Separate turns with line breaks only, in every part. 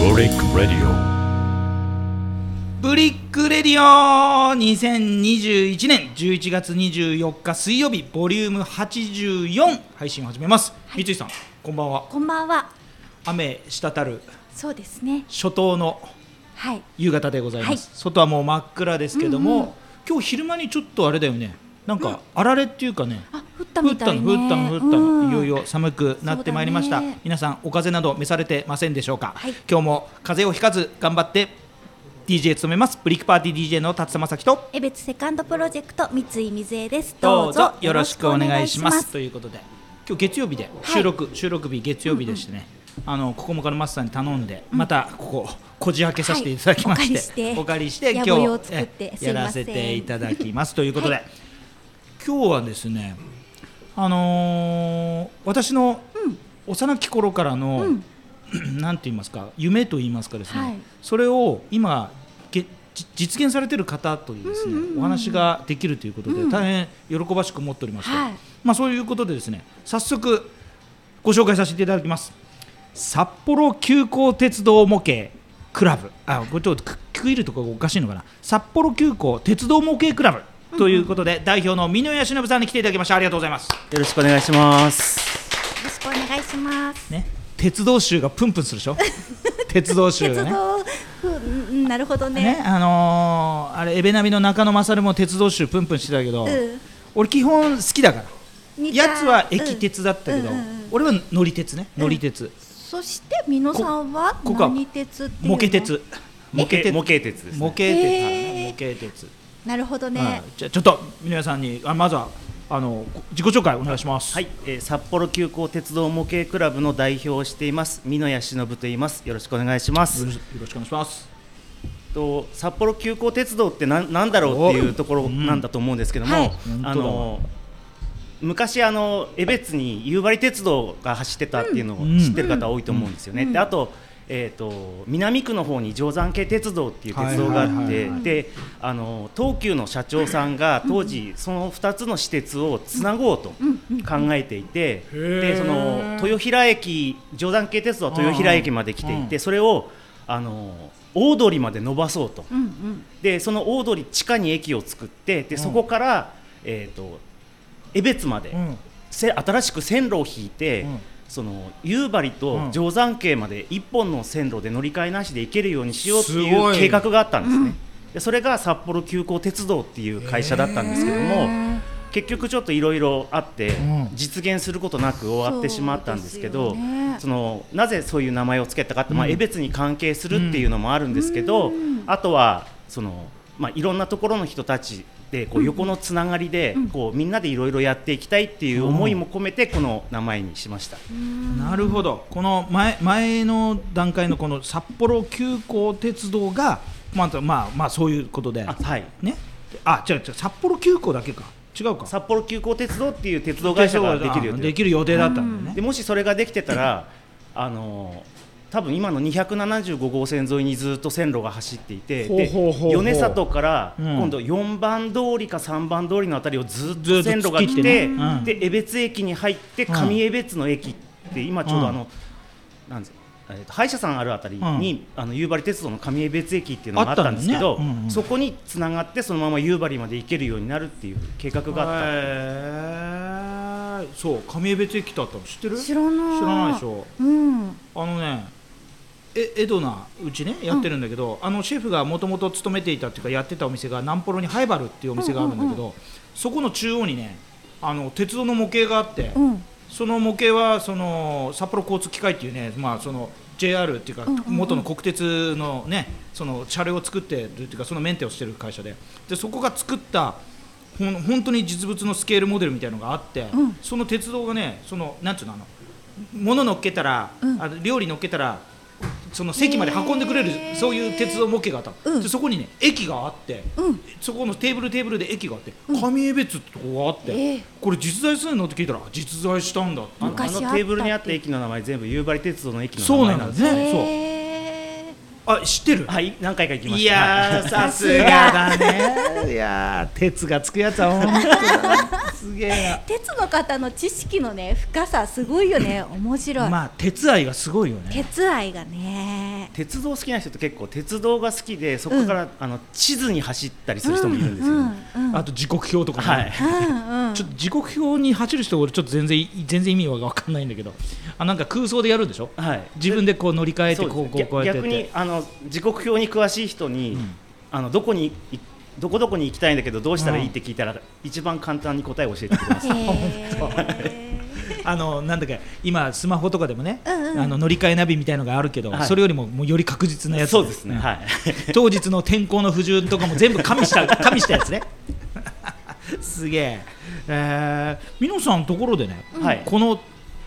Break Radio
ブリックレディオ2021年11月24日水曜日ボリューム84配信を始めます、三井さんこんばんは
こんばんは。
雨滴る
そうですね。
初冬の
はい。
夕方でございます、
はい
外はもう真っ暗ですけども、
うんうん
今日昼間にちょっとあれだよねなんかあられっていうかね、
あ、降った
降
み
ったたの
いね。
降ったの降ったの、
うん
いよい。よ寒くなってまいりました、
そうだね
皆さんお風邪など召されてませんでしょうか、
はい
今日も風邪をひかず頑張って DJ 務めますブリックパーティー DJ の辰田正樹と
江別セカンドプロジェクト三井水江です。
どうぞよろしくお願いします
よ
ということで今日月曜日で収録、収録日月曜日でしてね、あのここもからマスターに頼んで、またこここじ開けさせていただきまして、
はい
お
お
借
借
り
り
し
してて
今
野暮用を
日
作って
え
すい
やら
ませ
せ
ん
ていただきますということで、
はい
今日はですねあのー私の幼き頃からの、 なんて言いますか夢と言いますかですね、
はい
それを今げじ実現されている方というですね、お話ができるということで、大変喜ばしく思っておりまして、
はい
まあそういうことでですね早速ご紹介させていただきます札幌急行鉄道模型クラブあこれちょっとく区切るとこがおかしいのかな札幌急行鉄道模型クラブということで、代表の箕谷忍さんに来ていただきましたありがとうございます
よろしくお願いします。
ろしくお願いします。
ね鉄道集がプンプンするでし ょ鉄道集
鉄
がね
道、うん、なるほど
ね
ね。
あのーあれエベナミの中野勝も鉄道集プンプンしてたけど、
うん
俺基本好きだから
似た
やつは駅鉄だったけど、
うんうんうん
俺は乗り鉄ね乗り鉄、
そして美濃さんは
ここは
何鉄っていう
模
の？
型鉄。
模型
え
模型鉄ですね
模型鉄、
へ
模
ー
型鉄、
なるほど
はい
ね。
じゃあちょっと皆さんにあまずはあのご自己紹介お願いします
はい、えー札幌急行鉄道模型クラブの代表をしています。美濃谷忍と言います。よろしくお願いしま
よ
す
ろ。しよろしくお願いします
と札幌急行鉄道ってなんなんだろうっていうところなんだと思うんですけども、
はい
あ
本当だわ
の昔あの江別に夕張鉄道が走ってたっていうのを
うん
知ってる方多いと思うんですよね。
うん
であとえー、と南区の方に定山系鉄道っていう鉄道があって、
はいはいはいはい
であの東急の社長さんが当時その2つの私鉄をつなごうと考えていて、
うんへー
でその豊平駅定山系鉄道は豊平駅まで来ていて、それをあの大通りまで伸ばそうと、
うんうん。
でその大通り地下に駅を作ってでそこから、えー、と江別まで、
うん
せ新しく線路を引いて、
うん
その夕張
うん
と定山渓まで一本の線路で乗り換えなしで行けるようにしようって
す
い
ご
う
い
計画があったんですね。でそれが札幌急行鉄道っていう会社だったんですけども、結局ちょっといろいろあって、
ん
実現することなく終わってしまったんですけ
そう
ど
ですよね
そのなぜそういう名前をつけたかって、まあ、
うん
江別に関係するっていうのもあるんですけ
う
ど、
ん
あとはその、まあ、いろんなところの人たちでこう横のつながりで、こうみんなでいろいろやっていきたいっていう思いも込めてこの名前にしました。
なるほどこの前前の段階のこの札幌急行鉄道がまあまあまあそういうことで
あはい
ねあ違う違う札幌急行だけか違うか
札幌急行鉄道っていう鉄道会社ができるよ
あできる予定だったんだよ
で
ね
もしそれができてたら、あの多分今の275号線沿いにずっと線路が走っていて、
ほうほうほうほう
で米里から
うん
今度4番通りか3番通りのあたりをず
ずっ
っ
と
と線路が来、
突き切っててねうん
で江別駅に入って
うん
上江別の駅って今ちょう
う
ど
ん
あの、なんですえーと歯医者さんあるあたりに、あの夕張鉄道の上江別駅っていうのがあったんですけ
あっ
ど、
たんだねうんうん
そこにつながってそのまま夕張まで行けるようになるっていう計画があった。
へーそう上江別駅だったの知ってる
知らない。
知らないでしょ
うん。
あのねえエドナうちねやってるんだけど、あのシェフがもともと勤めていたっていうかやってたお店がナンポロにハイバルっていうお店があるんだけど、そこの中央にねあの鉄道の模型があって、
うん。
その模型はその札幌交通機械っていうね、まあ、その JR っていうか
んうんうん
元の国鉄の,、ね、その車両を作ってるっていうかそのメンテをしてる会社ででそこが作ったほん本当に実物のスケールモデルみたいなのがあって、
うん
その鉄道がねそのなんつうのあの物乗っけたら、
うん
あの料理乗っけたらその席まで運んでくれる、
へー
そういう鉄道模型があったの、
うん
でそこにね駅があって、
うん
そこのテーブルテーブルで駅があって上江別ってとこがあって、
ええ
これ実在するのって聞いたらあ実在したんだってい
あの
う
昔
あのテーブルにあった駅の名前全部夕張鉄道の駅の
そう
名
な
前
ん
な
だ
ん
ね
ですね。
そう
へー
あ知ってる
はい、何回か行きま
い
した。
やーさすがだねいやー鉄がつくやつは本当だすげえ
鉄の方の知識のね深さすごいよね面白、
ないまあ鉄愛がすごいよね
鉄愛がね
鉄道好きな人って結構鉄道が好きでそこから、あの地図に走ったりする人もいるんですよ、ね
うんうん、
あと時刻表とかね
はい
うんうん
ちょっと時刻表に走る人俺ちょっと全然い全然意味は分かんないんだけどあなんか空想でやるんでしょ
はい
自分でこう乗り換えて
そう
こうこ
で
う
す
こうやってやっ
逆に
て
あの時刻表に詳しい人に、
うん
あのどこにいどこどこに行きたいんだけどどうしたらいいって聞いたら、一番簡単に答えを教えてくれます。
へー
あのなんだっけ今スマホとかでもね、
うんうん
あの乗り換えナビみたいのがあるけど、
はい
それよりももうより確実なやつ
そうですね。
ん
はい。
当日の天候の不順とかも全部加味 した加味したやつねすげええー、美濃さんところでね、
はい
この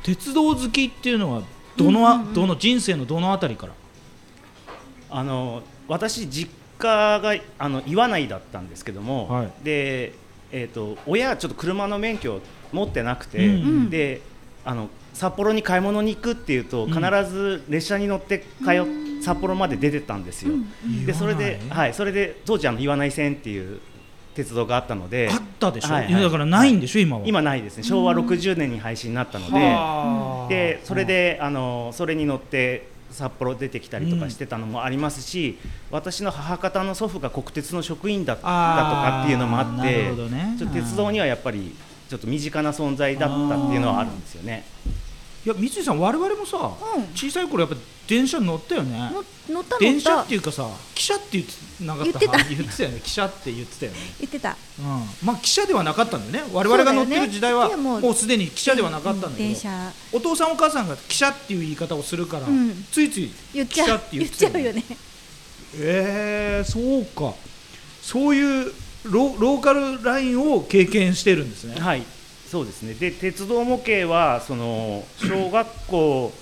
鉄道好きっていうのはどのあ、どの人生のどのあたりから
あの私実家があの岩内だったんですけども、
はい
でえっ、と親はちょっと車の免許を持ってなくて、
うん
うん
であの札幌に買い物に行くっていうと
うん
必ず列車に乗って通っ、
うん
札幌まで出てたんですよ。
うん
でそれで
言わない
はいそれで当時あの岩内線っていう鉄道があったので
あったでしょ、
はいはい
いやだからないんでしょ、今は。
今ないですね昭和60年に廃止になったので。
はあ
でそれ、であのそれに乗って札幌出てきたりとかしてたのもありますし、私の母方の祖父が国鉄の職員だったとかっていうのもあっ
あー
て
なるほどね
ちょっと鉄道にはやっぱりちょっと身近な存在だったっていうのはあるんですよね。
いや三井さん、我々もさ、
うん
小さい頃やっぱ電車乗ったよね。
の乗った乗
電
っ
車
た
っていうかさ、汽車って言ってなかった
言ってた
言ってたよね、汽車って言ってたよね。
言ってた
うん、まあ汽車ではなかったんだよね、我々が乗ってる時代は
そうだよね
も
も
う
う
すでに汽車ではなかったんだけ
電
ど、
車
お父さんお母さんが汽車っていう言い方をするから、
うん
ついつい
言っ
汽
ちゃ
車
う
って
言
言
っ
って
ち
た
ゃうよね
えー、そうかそういうロローカルラインを経験してるんですね、
はいそうですねで鉄道模型はその小学校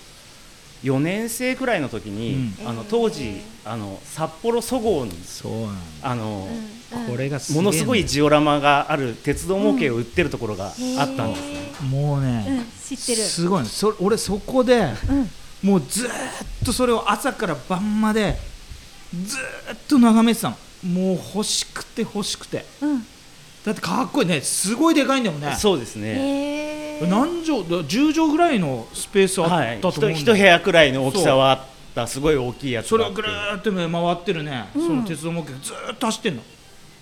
4年生くらいの時に、
うん
あの当時あの札幌そごうに
そうなんだ
あの、
うんうん
これがすげえ
も
んだ
の
よ
すごいジオラマがある鉄道模型を売ってるところがあったんです、
へ
もう
ーう
ね、
ん知ってる
すごいのそ俺そこで
うん
もうずーっとそれを朝から晩までずーっと眺めてたのもう欲しくて欲しくて
うん
だってかっこいいねすごいでかいんだもんね
そうです
へ
ね、
ー
何畳だ10畳ぐらいのスペースあ
は
っ
い、
たと思うんだよ、
一一部屋くらいの大きさはあったすごい大きいやつ
それ
が
を
あって
ぐるーっとね回ってるね、
うん
その鉄道模型がずーっと走ってんの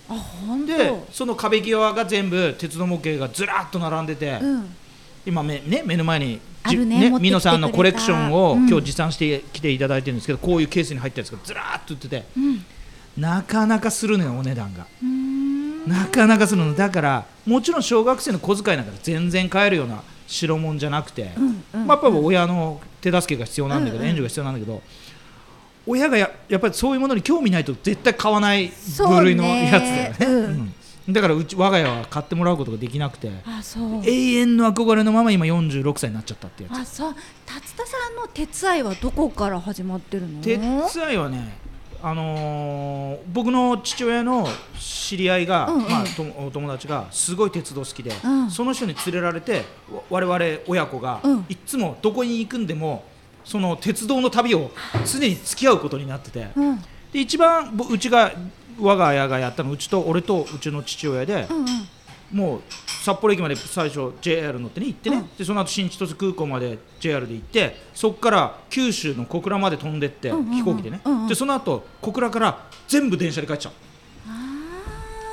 あ本当
でその壁際が全部鉄道模型がずらーっと並んでて、
うん
今目,、ね、目の前に
あるね持っ
美
てきてくれた
濃さんのコレクションを
うん
今日持参してきていただいてるんですけど、こういうケースに入ったやつがずらーっと売ってて
うん
なかなかするのよお値段が、
うーん
なかなかするのだからもちろん小学生の小遣いなんかで全然買えるような代物じゃなくて、
うんうん
まあ、やっぱ親の手助けが必要なんだけど、
うんうん
援助が必要なんだけど親がややっぱりそういうものに興味ないと絶対買わない
そうね
部類のやつだよね
うん
うんだからうち我が家は買ってもらうことができなくて
あそう
永遠の憧れのまま今46歳になっちゃったってやつ
あそう達田さんの鉄愛はどこから始まってるの
鉄愛はね、あのー僕の父親の知り合いが、
うんうん
まあ、とお友達がすごい鉄道好きで、
うん
その人に連れられてわ我々親子が、
うん
いっつもどこに行くんでもその鉄道の旅を常に付き合うことになってて、
うんうん
で一番ぼうちが我が家がやったのうちと俺とうちの父親で、
うん
もう札幌駅まで最初 JR 乗ってね行ってね、
うん
でその後新千歳空港まで JR で行ってそこから九州の小倉まで飛んでって、
うんうんうん
飛行機でね、
うんうん
でその後小倉から全部電車で帰っちゃう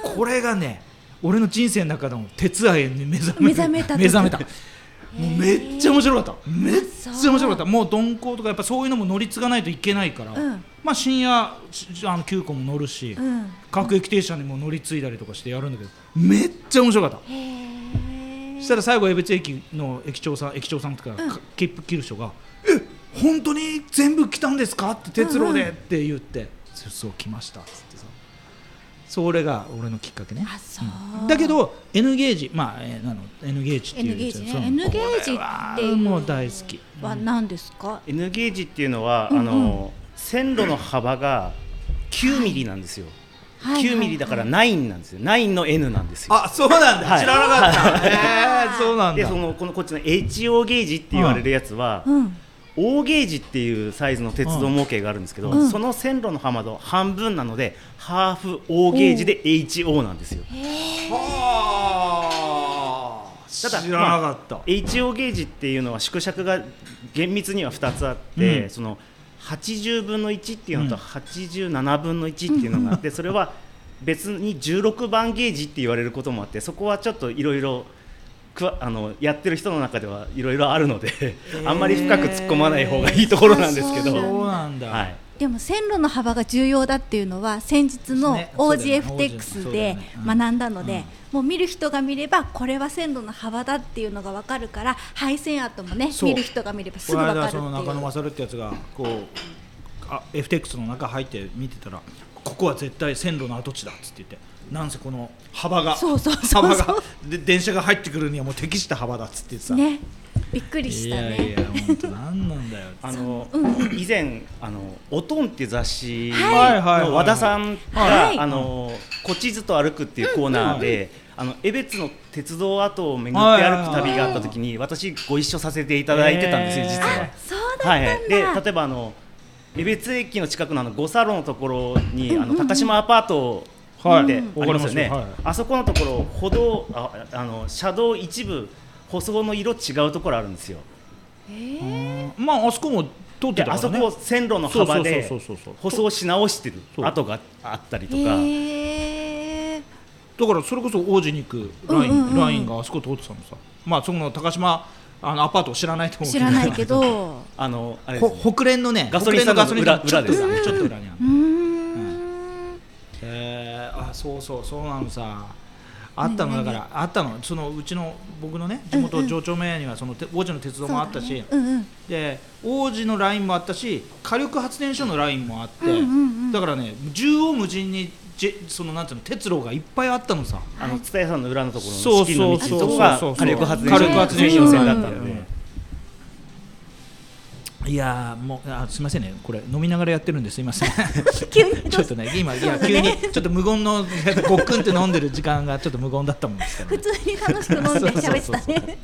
あ
これがね俺の人生の中の鉄愛に目覚め
目覚めた
目覚めたも
ー
うめっちゃ面白かっためっちゃ面白かっ
そ
たもう鈍行とかやっぱそういうのも乗り継がないといけないから、
うん
まあ深夜しあの急行も乗るし、
うん
各駅停車にも乗り継いだりとかしてやるんだけどめっちゃ面白かった
へえ
したら最後江別駅の駅長さん駅長さんとか、
うん
切符切る人が「え本当に全部来たんですか?」って「鉄路で」
うんうん
って言って「そうそう来ました」っつってさそれが俺のきっかけね
あそう、
だけど N ゲージまあ、えー、あの N ゲージっていう
N ゲージね
そう
N ゲージ
これは
っていう
もう大好き
は何ですか
N ゲージっていうのは、
うんうん
あの線路の幅が9ミリなんですよ、
はいはい
9ミリだから9なんですよ9の N なんですよ
あそうなんだ、
はい
知らなかったえー、そうなん
で
だ
そのこのこっちの HO ゲージって言われるやつは、
うん、
O ゲージっていうサイズの鉄道模型があるんですけど、
うん
その線路の幅の半分なのでハーフ O ゲージで HO なんですよ
へえ
は
ただ
知らなかった、
HO ゲージっていうのは縮尺が厳密には2つあって、
うん
その80分の1っていうのと
うん
87分の1っていうのがあって、それは別に16番ゲージって言われることもあってそこはちょっといろいろくわあのやってる人の中ではいろいろあるのであんまり深く突っ込まない方がいいところなんですけ
そ
ど、
う
そうなんだ、
はい、
でも線路の幅が重要だっていうのは先日の
ねそうだよね
OGFTX
そうだよ
で
ねうん
学んだので、
うん
もう見る人が見ればこれは線路の幅だっていうのが分かるから配線跡もね
そう
見る人が見ればす
こ
ぐ
の
分か
間
るってい
その中野
う。
勝ってやつがこうあ FTX の中入って見てたらここは絶対線路の跡地だっつって言ってなんせこの幅が
そうそうそうそう
幅がで電車が入ってくるにはもう適した幅だっつって言ってさ、
ね、びっくり
い
した
や
ね。
いや本当何なんだ よ
あの以前あの「おとん」って雑誌
はいはいはいはい
の和田さんが、
はい
あの古地図と歩くっていうコーナーで、あの江別の鉄道跡を巡って歩く旅があった時に私ご一緒させていただいてたんですよ、
へー
実は。
そうだったんだ。
はい、で例えばあの江別駅の近くのあの五サロのところに、あの高島アパート
はい
で
うん
ありますよね、
わかりますよはい
あそこのところ歩道ああの車道一部舗装の色違うところあるんですよ。
えー
まああそこも通って
で
たから、ね、
あそこを線路の幅で
そうそうそうそうそう
舗装し直してる
そう
跡があったりとか、
えー
だからそれこそ王子に行くライン、
うんうんうん
ラインがあそこ通ってたのさまあその高島あのアパートを知らないと思う
知らないけど。う
あのあれです
ほ
ね
北連のね
ガソリンスタンドの
北連のガソリンスタンド
裏裏です
ちょっと裏にある
ーん。
えー、あそうそうそうなのさあったのだからあったのそのうちの僕のね地
うん
元
うん
上長名にはそのて王子の鉄道もあったし、
そうだねうんうん。
で王子のラインもあったし火力発電所のラインもあって、
うんうんうん
だからね縦横無尽にジェそのなんていうの鉄路がいっぱいあったのさ
あの蔦屋さんの裏のところ
そ
の
う
資金
そ
の
う
道
そ
の
う
とこが
そう
火力発電
火
所
力発電所
の
の
線だった
うんん
で、
いやーもうあすみませんねこれ飲みながらやってるんですいません
急にど う
ちょっとね今いや
そう
急
だ
に
ね
ちょっと無言の ごっくんって飲んでる時間がちょっと無言だったもんですから、
普
ね、
通に楽し く飲んで喋ってたね。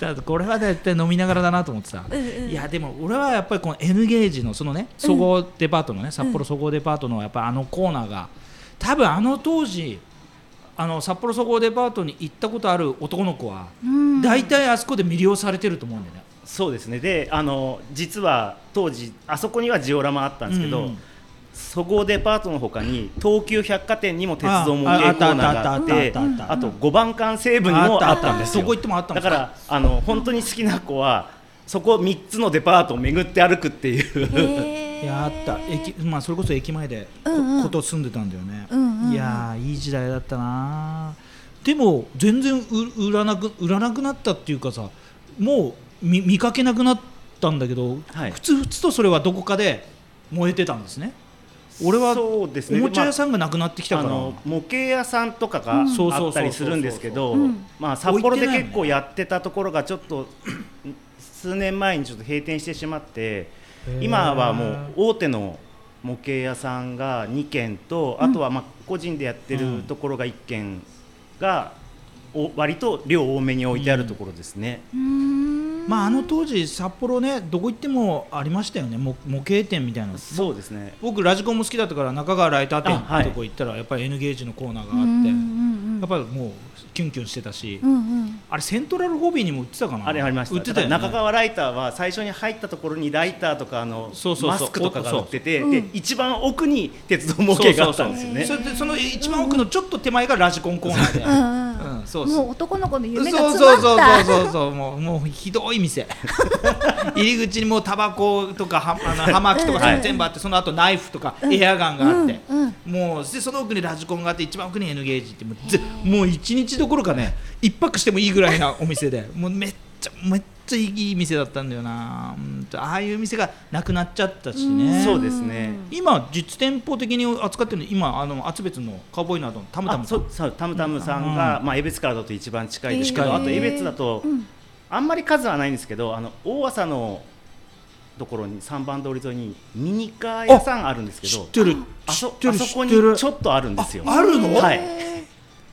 ただこれは絶対飲みながらだなと思ってさ、
うんうん
いやでも俺はやっぱりこの N ゲージのそのね総合デパートのね、札幌総合デパートのやっぱあのコーナーが多分あの当時あの札幌総合デパートに行ったことある男の子は
うん
大体あそこで魅了されてると思うんだよね。
そうですねであの実は当時あそこにはジオラマあったんですけど、
うん
そごうデパートのほかに東急百貨店にも鉄道模
あああ
型
っ
コ
た
ーナーがあっ
あってたあったあったあった
あと五番館西部にもあったんですよ
そこ行ってもあったも
だ
ん
からあの本当に好きな子はそこ3つのデパートを巡って歩くっていう
へー
いやあった駅、まあ、それこそ駅前でこ,、
うんうん
と住んでたんだよね、
うんうんうん
いやーいい時代だったなでも全然う売らなく売らなくなったっていうかさもう見見かけなくなったんだけど、
はい
ふつふつとそれはどこかで燃えてたんですね俺は
そうですね
おもちゃ
ま
屋
あ
さんがなくなってきた
あ
から、
の模型屋さんとかが
んそうそうそう
あったりするんですけ
そ
ど
うそうそうそううん、
まあ札
置
幌で
いてないよね
結構やってたところがちょっと数年前にちょっと閉店してしまって、
へー
今はもう大手の模型屋さんが2軒と、あとはまあ個人でやって
うん
るところが1軒がお割と量多めに置いてあるところですね。
うーん。
まあ、あの当時札幌ねどこ行ってもありましたよねも模型店みたいなの
そうですね。
僕ラジコンも好きだったから中川ライター店
あはい
ってとこ行ったらやっぱり N ゲージのコーナーがあ
う
っ
ん
て、
うんうん
やっぱりもうキュンキュンしてたし、
うんうん。
あれセントラルホビーにも売ってたかな
あれありました
売ってたよ、ね、
だから中川ライターは最初に入ったところにライターとかあの
そうそうそう
マスクとかが売ってて
そうそう
で一番奥に鉄道模型があったんですよね
それでその一番奥のちょっと手前がラジコンコーナ
う
ーで
んうん
うんそうそう
もう男の子の夢が
そう
詰ま
そう
った。
そうそうそうそうもうもうひどい店 入り口にもうタバコとかはあの葉巻とか
はい
そういうの全部あってその後ナイフとかエアガンがあって、
うんうん
もうでその奥にラジコンがあって一番奥に N ゲージってもうぜもう一日どころかね一泊してもいいぐらいなお店でもうめっちゃめっちゃいい店だったんだよなうんとああいう店がなくなっちゃったしね
そうですね
今実店舗的に扱ってるの今あの厚別のカウボーイなどのたむた
あ
む
そうそうタムタムさんが、まあ、江別からだと一番近いですけ
近
ど
い
あと江別だと、
うん
あんまり数はないんですけどあの大浅のところに三番通り沿いにミニカー屋さんあるんですけ
知っ
ど
てる
あ
知っ
そ
て
あ
る
そこ
知っ
に
てる
ちょっとあるんですよ
ああるの
はい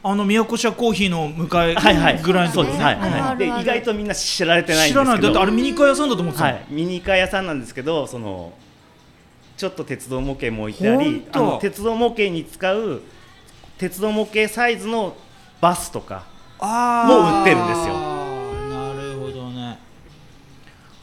あの宮古社コーヒーの向かい
はいはい
ぐらいのと
そ
こね
うです、はい
あるあ
はい、
る
で意外とみんな知られてないん
知
で
ら
すけ
な
ど
いだってあれミニカー屋さんだと思ってた
は
の
い、ミニカー屋さんなんですけどそのちょっと鉄道模型も置いてあり
ほん
あ
と
の鉄道模型に使う鉄道模型サイズのバスとか
あー
もう売ってるんですよ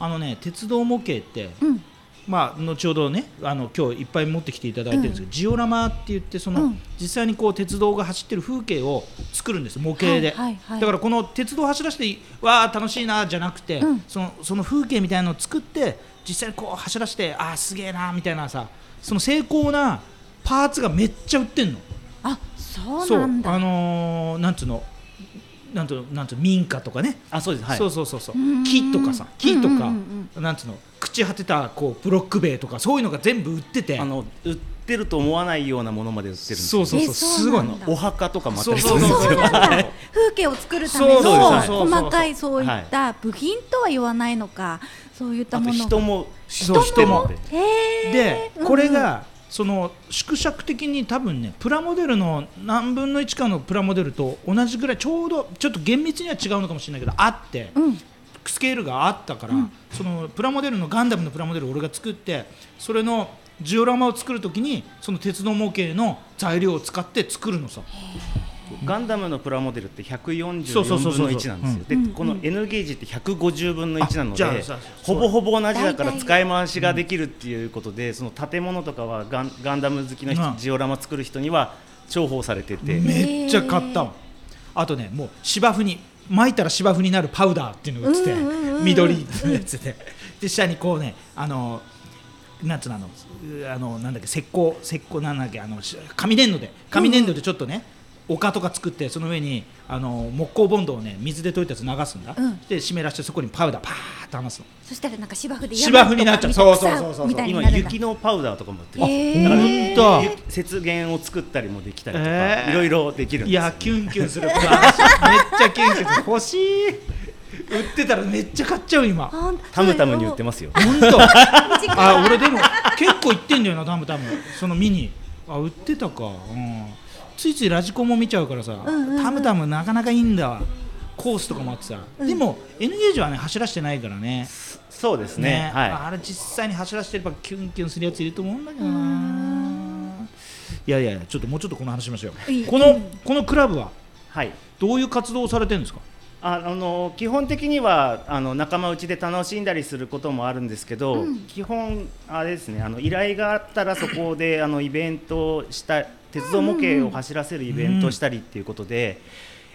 あのね鉄道模型って、
うん
まあ、後ほどねあの今日いっぱい持ってきていただいてるんですけど、ジオラマって言ってその、
うん
実際にこう鉄道が走ってる風景を作るんです模型で、
はいはいはい
だからこの鉄道走らせてわあ楽しいなじゃなくて、
うん
そのその風景みたいなのを作って実際にこう走らせてああすげえなみたいなさその精巧なパーツがめっちゃ売ってんの。
あそうなん
そうあ
だ
のーなんつうのなんつうのなんつうの民家とかね
あそうですはい
そうそうそうそう
うん
木とかさ木と
うんうん
か
うん
なんつうの朽ち果てたこうブロック塀とかそういうのが全部売ってて
あの売ってると思わないようなものまで売ってるんです
そう
よ
そうそう
え
す
そう
ごい
なんだ
の
お墓とかもあったりす
そう
る
ん
です
そう
そう
よ
なんだ風景を作るため
そう
そうそう
の
そう
細かいそういった部品とは言わないのかそういった
あ
も
と
の
人も
そう
人も
人
へー
で
うんうん
これがその縮尺的に多分ねプラモデルの何分の1かのプラモデルと同じぐらいちょうどちょっと厳密には違うのかもしれないけどあって、
うん
スケールがあったから、そのプラモデルのガンダムのプラモデルを俺が作ってそれのジオラマを作るときにその鉄の模型の材料を使って作るのさ
ガンダムのプラモデルって144
そうそうそう
分
そう
の1なんですよ
うん
でこの N ゲージって150分の1なので
あじゃあそう
ほぼほぼ同じだから使い回しができるっていうことでその建物とかはガンガンダム好きの
う
人
ん
ジオラマ作る人には重宝されてて
めっちゃ買ったもん
へー
あとねもう芝生に巻いたら芝生になるパウダーっていうのが売ってて、
うんうんうんうん
緑のやつでで下にこうねあのなんつうのあのうあのなんだっけ石膏石膏なんだっけあのし紙粘土で紙粘土でちょっとね、丘とか作ってその上にあの木工ボンドをね水で溶いたやつ流すんだ、
うん
で湿らしてそこにパウダーパーッと離すの
そしたらなんか芝生で
芝生になっちゃう
山とか
そうそうそうそう
みたいに
今
なるんだ
雪のパウダーとかも売って
へ
る
ー
あ本当だ
雪原を作ったりもできたりと
えー
かいろいろできるん
い
ですよ
やキュンキュンするめっちゃキュンキュンする欲しい売ってたらめっちゃ買っちゃう今
あほんと
タムタムに売ってますよ
本当
そういうの
あ俺でも結構行ってんだよなダムダムその見にあ売ってたか、うん、ついついラジコンも見ちゃうからさ、
んうんうん
タムタムなかなかいいんだわコースとかもあってさ、でも N ゲージはね走らしてないからね
そうですねは
あれ実際に走らせてればキュンキュンするやついると思うんだけどないやいやいやちょっともうちょっとこの話しましょう
い
よ
い
このこのクラブはい
はい
どういう活動をされてるんですか
ああの基本的にはあの仲間内で楽しんだりすることもあるんですけど、基本あれですねあの依頼があったらそこであのイベントをした鉄道模型を走らせるイベントをしたりっていうことで。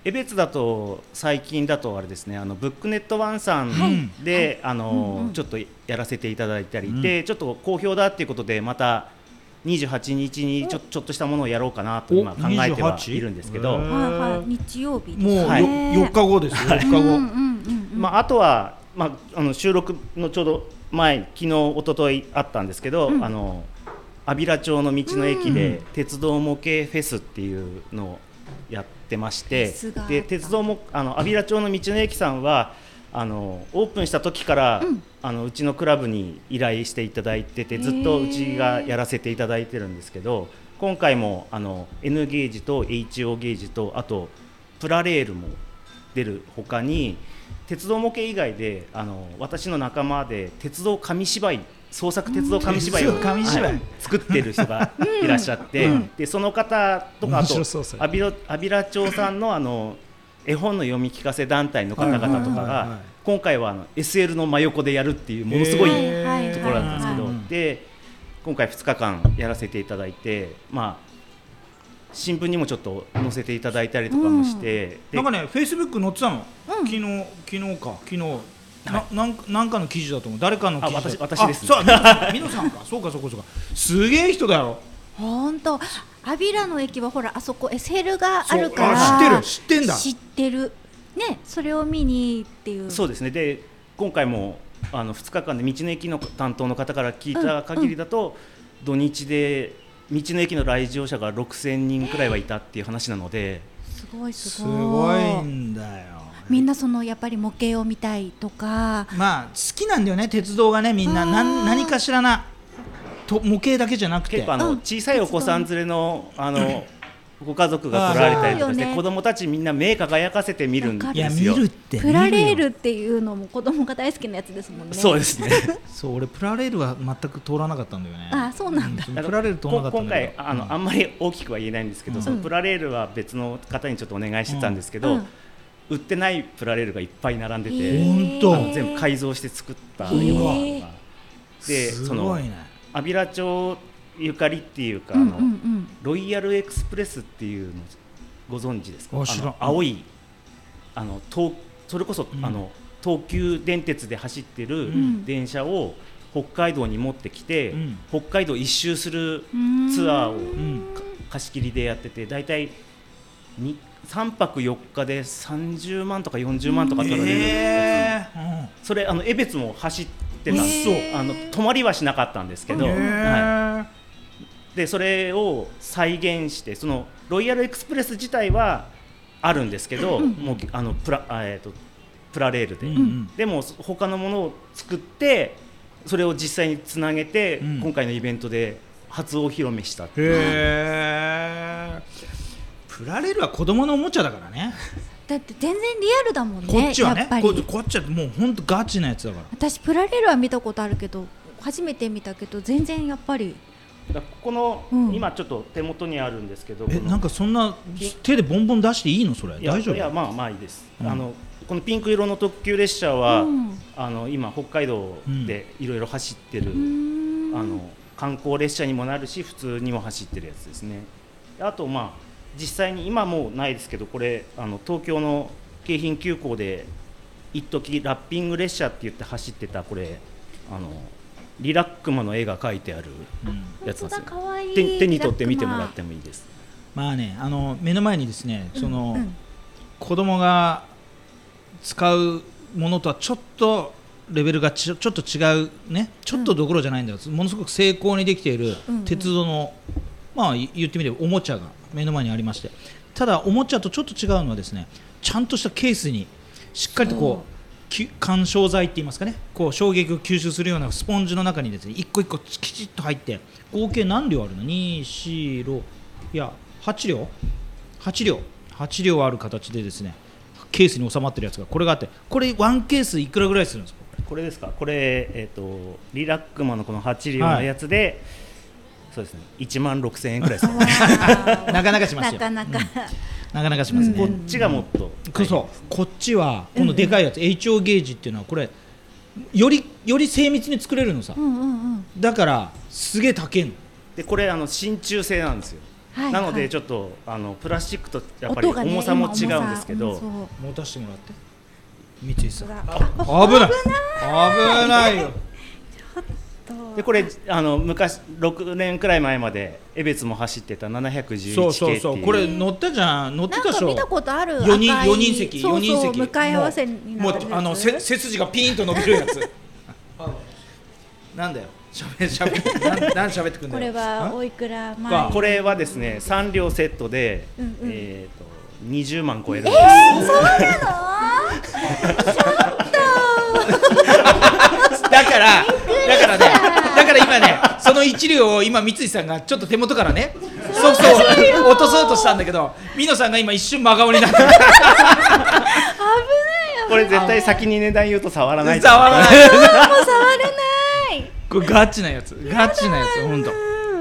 江別だと最近だとあれですねあのブックネットワンさんで、あのちょっとやらせていただいたりで、ちょっと好評だっていうことでまた28日にちょちょっとしたものをやろうかなと今考えてはいるんですけど、
お28へ
はいはい日曜日
もうよ、
はい
4日後ですよ4日後、
うんうんうんうん
まあ、あとは、まあ、あの収録のちょうど前昨日一昨日あったんですけど、あの安平町の道の駅で、鉄道模型フェスっていうのをやってまし
フ
て
ェスがあった
で鉄道もあの安平町の道の駅さんはあのオープンした時から、うあのうちのクラブに依頼していただいててずっとうちがやらせていただいてるんですけど今回もあの N ゲージと HO ゲージとあとプラレールも出る他に鉄道模型以外であの私の仲間で鉄道紙芝居創作鉄道紙芝居を、
うん紙芝居
はい作ってる人がいらっしゃって、
うん
でその方とかあ
面
と
白そうそれ
安平安平町さんのあの絵本の読み聞かせ団体の方々とか
はいはいはいはい
が今回はあの SL の真横でやるっていうものすごい
へー
ところだったんですけど、
はいはい
で今回2日間やらせていただいて、まあ、新聞にもちょっと載せていただいたりとかもして、で
なんかね、フェイスブック載ってたの、昨日、昨日か、昨日。ななんかなんかの記事だと思う誰かの記事だ
あ私私です
あそうあみのみのさん かそうかそうかそうかすげえ人だよ
本当アビラの駅はほらあそこ SL があるから
そうあ知ってる知ってんだ
知ってるねそれを見にっていう
そうですねで今回もあの2日間で道の駅の担当の方から聞いた限りだと、土日で道の駅の来場者が6000人くらいはいたっていう話なので、
すごいす
す
ご
ご
い
いんだよ
みんなそのやっぱり模型を見たいとか
まあ好きなんだよね鉄道がねみんななん何かしらなと模型だけじゃなくて
結構あの、
うん
小さいお子さん連れのあの、ご家族が来られたりとか
あー
し
そうよ
て、
ね
子供たちみんな目輝かせて見るんで
いや
す
見
よ。
るって
プラレー
見る
ル
よ
っていうのも子供が大好きなやつですもんね
そうです ね。
そう俺プラレールは全く通らなかったんだよね
あそうなんだ
プラレール通らなかった
こ
ん
今
だけ
回
ど
あの、あんまり大きくは言えないんですけど、
うん
そのプラレールは別の方にちょっとお願いしてたんですけど、
うん
売ってないプラレールがいっぱい並んでて、
本当
あの全部改造して作った
う
横
わ
幅がですそ
ご
の
いね
安平町ゆかりっていうか、
うんうん
あ
う
の
ん
ロイヤルエクスプレスっていうのご存知ですか
あ
あ
知らん
の青いあの東それこそ、
うん
あの東急電鉄で走って
う
る
ん
電車を北海道に持ってきて、
うん
北海道一周する
うん
ツアー
う
う
を
ん
か貸し切りでやってて大体に3泊4日で30万とか40万とか取られるや
えー
つそれあの江別も走ってたんです、
えー
あの泊まりはしなかったんですけ
う
ど、
ん
は
へー
い、でそれを再現してそのロイヤルエクスプレス自体はあるんですけど、もうあのプラあえーとプラレールで、
うんうん
でもそ他のものを作ってそれを実際につなげて、
うん
今回のイベントで初お披露目したっていう
へえプラレールは子供のおもちゃだからね
だって全然リアルだもんね
こっちは
や
ね
っぱ
こ
り
こっちはもうほんとガチなやつだから
私プラレールは見たことあるけど初めて見たけど全然やっぱり
だからここの、
うん
今ちょっと手元にあるんですけど
え
この
なんかそんな手でボンボン出していいのそれ
いや
大丈夫
いやまあまあいいです、
うん
あのこのピンク色の特急列車は、
うん
あの今北海道でいろいろ走ってる、
うーん
あの観光列車にもなるし普通にも走ってるやつですねあとまあ実際に今もうないですけどこれあの東京の京浜急行で一時ラッピング列車って言って走ってたこれあのリラックマの絵が描いてある
うん
やつなんです
本当だ可愛い
手手に取って見てもらってもいいです
まあねあの目の前にですねその、
うん
子供が使うものとはちょっとレベルがちょちょっと違うねちょっとどころじゃないんだよ、ものすごく精巧にできている
うんうん
鉄道の、まあい言ってみればおもちゃが目の前にありましてただおもちゃとちょっと違うのはですねちゃんとしたケースにしっかりとこうき緩衝材って言いますかねこう衝撃を吸収するようなスポンジの中にですね一個一個きちっと入って合計何両あるの ?246 いや8両8両8両ある形でですねケースに収まってるやつがこれがあってこれワンケースいくらぐらいするんですかこれ
これですかこれ、えー、とリラックマのこの8両のやつで、そうですね1万6000円くらいですかね
なかなかしますよ
なかなか、
なかなかしますね、
こっちがもっと、
こそうこっちはこのでかいやつ、HO ゲージっていうのはこれよりより精密に作れるのさ、
うんうんうん
だからすげえ高いの
でこれあの真鍮製なんですよ、
はいはい
なのでちょっとあのプラスチックとやっぱり
音がね
重さも違
今
うん
重
ですけど、
うんそう
持たしてもらって三井さん
あ
危ない危ないよ
でこれあの昔6年くらい前まで江別も走ってた711系っていう
そうそうそうこれ乗ったじゃん乗って
なん
たでし
か
ょ
見たことある
4人
赤い
四人席
そうそう
四人席
向かい合わせになってる
もう
や
も
つ
うあのせ背筋がピーンと伸びるやつあの なんだよしゃべしゃべなんなんしゃべってくん
こ
だ
れ
よ
はお
い
いくら
わ
前
これはですね3両セットで、
うんうん
えー、と20万超えるんです、
だからだからねだから今ねその一両を今三井さんがちょっと手元からねそうそう落とそうとしたんだけど美濃さんが今一瞬真顔になって
これ絶対先に値段言うと触らない と
触らない
もう触れない
これガチなやつガチなやつ本当